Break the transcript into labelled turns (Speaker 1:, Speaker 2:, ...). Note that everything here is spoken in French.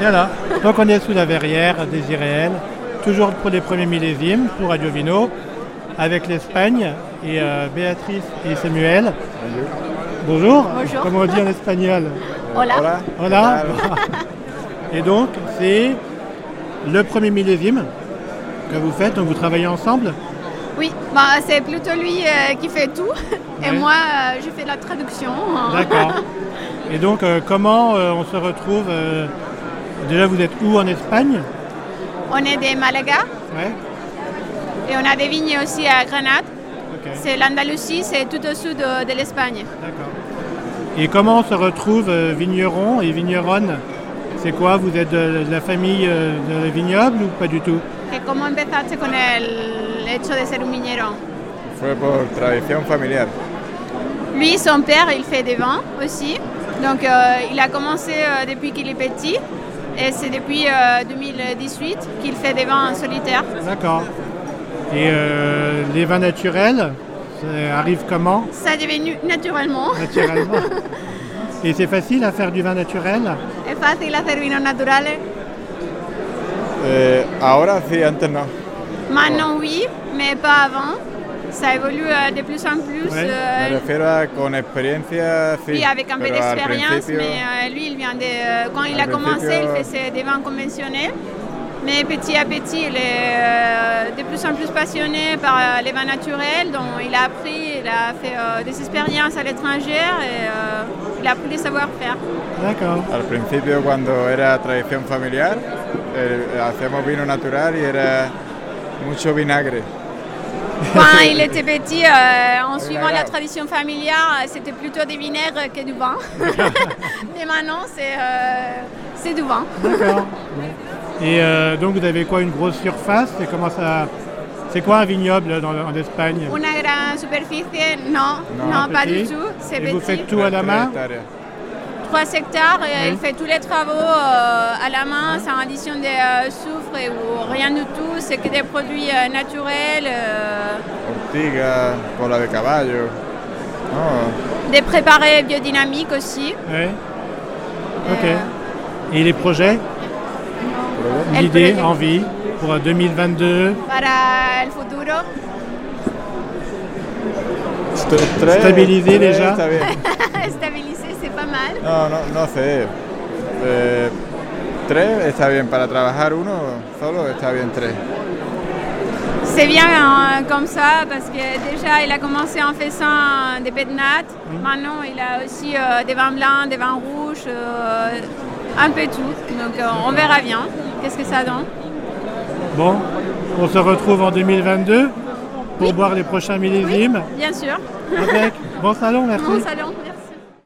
Speaker 1: Voilà. Donc on est sous la verrière des IRL, toujours pour les premiers millésimes, pour Radio Vino, avec l'Espagne et euh, Béatrice et Samuel. Bonjour.
Speaker 2: Bonjour.
Speaker 1: Comment on dit en espagnol
Speaker 2: Hola.
Speaker 1: Voilà. Et donc c'est le premier millésime que vous faites, donc vous travaillez ensemble.
Speaker 2: Oui, bah, c'est plutôt lui euh, qui fait tout. Et
Speaker 1: Ouais.
Speaker 2: moi, euh, je fais la traduction.
Speaker 1: D'accord. Et donc euh, comment euh, on se retrouve euh, Déjà vous êtes où en Espagne
Speaker 2: On est des Malaga
Speaker 1: Ouais.
Speaker 2: et on a des vignes aussi à Grenade.
Speaker 1: Ok.
Speaker 2: C'est l'Andalousie, c'est tout au sud euh, de, de l'Espagne.
Speaker 1: D'accord. Et comment on se retrouve euh, vigneron et vigneronne C'est quoi Vous êtes de, de la famille euh, de vignoble ou pas du tout
Speaker 2: Que ¿Cómo empezaste con el hecho de ser un viñero?
Speaker 3: Fue por tradición familiar.
Speaker 2: Lui, son père, il fait des vins aussi. Donc, euh, il a commencé euh, depuis qu'il est petit. Et c'est depuis euh, 2018 qu'il fait des vins en solitaire.
Speaker 1: D'accord. Et euh, les vins naturels, ça arrive comment
Speaker 2: Ça devenu naturellement.
Speaker 1: Naturellement. et c'est facile à faire du vin naturel
Speaker 2: Es fácil hacer vinos naturales.
Speaker 3: Eh, ahora sí, antes no.
Speaker 2: Maintenant, oui, mais pas avant. Ça évolue euh, de plus en plus.
Speaker 1: Ouais.
Speaker 2: euh,
Speaker 3: Me refiero a con experiencia, Eh. sí.
Speaker 2: lui, avec un peu
Speaker 3: pero al
Speaker 2: d'expérience,
Speaker 3: principio-
Speaker 2: mais euh, lui, il vient de. euh, quand il
Speaker 3: Al
Speaker 2: a commencé,
Speaker 3: principio-
Speaker 2: il faisait des vins conventionnels. Mais petit à petit, il est euh, de plus en plus passionné par euh, les vins naturels. Donc, il a appris, il a fait euh, des expériences à l'étranger et euh, il a appris des savoir-faire.
Speaker 1: D'accord.
Speaker 3: Al principio, cuando era tradición familiar, eh, hacíamos vino natural y era mucho vinagre.
Speaker 2: Quand il était petit, euh, en
Speaker 1: Oh
Speaker 2: suivant la
Speaker 3: là.
Speaker 2: tradition familiale, euh, c'était plutôt des vinaigres que du vin. Mais maintenant, c'est euh, c'est du vin.
Speaker 1: D'accord. Et euh, donc vous avez quoi Une grosse surface Et comment ça C'est quoi un vignoble dans le- en Espagne
Speaker 2: Una gran superficie, non, non,
Speaker 3: Non,
Speaker 2: pas du
Speaker 1: petit.
Speaker 2: tout, c'est
Speaker 1: Et vous
Speaker 2: petit.
Speaker 1: faites Tout à la
Speaker 3: Tres
Speaker 1: main.
Speaker 3: hectáreas.
Speaker 2: Trois hectares, et
Speaker 1: Oui. Hein?
Speaker 2: il fait tous les travaux euh, à la main, sans addition de euh, soufre et- ou rien du tout, c'est que des produits euh, naturels, euh,
Speaker 3: Ortiga, cola de caballo. No,
Speaker 2: des préparés biodynamiques aussi.
Speaker 1: Ouais. Ok.
Speaker 2: Euh,
Speaker 1: Et les projets
Speaker 2: El
Speaker 1: L'idée,
Speaker 2: proyecto.
Speaker 1: envie pour 2022
Speaker 2: Para el futuro.
Speaker 3: St- tres-
Speaker 1: Estabilisé
Speaker 3: tres
Speaker 1: déjà.
Speaker 3: Está bien.
Speaker 2: Stabiliser, c'est pas mal.
Speaker 3: No, no, no sé. Eh, tres está bien, para trabajar uno solo está bien tres.
Speaker 2: C'est bien hein, comme ça parce que déjà il a commencé en faisant euh, des pétnates. Maintenant il a aussi euh, des vins blancs, des vins rouges, euh, un peu tout. Donc euh, on verra bien qu'est-ce que ça donne.
Speaker 1: Bon, on se retrouve en 2022 pour boire les prochains millésimes
Speaker 2: Bien sûr.
Speaker 1: avec bon salon, merci.
Speaker 2: Mon salon.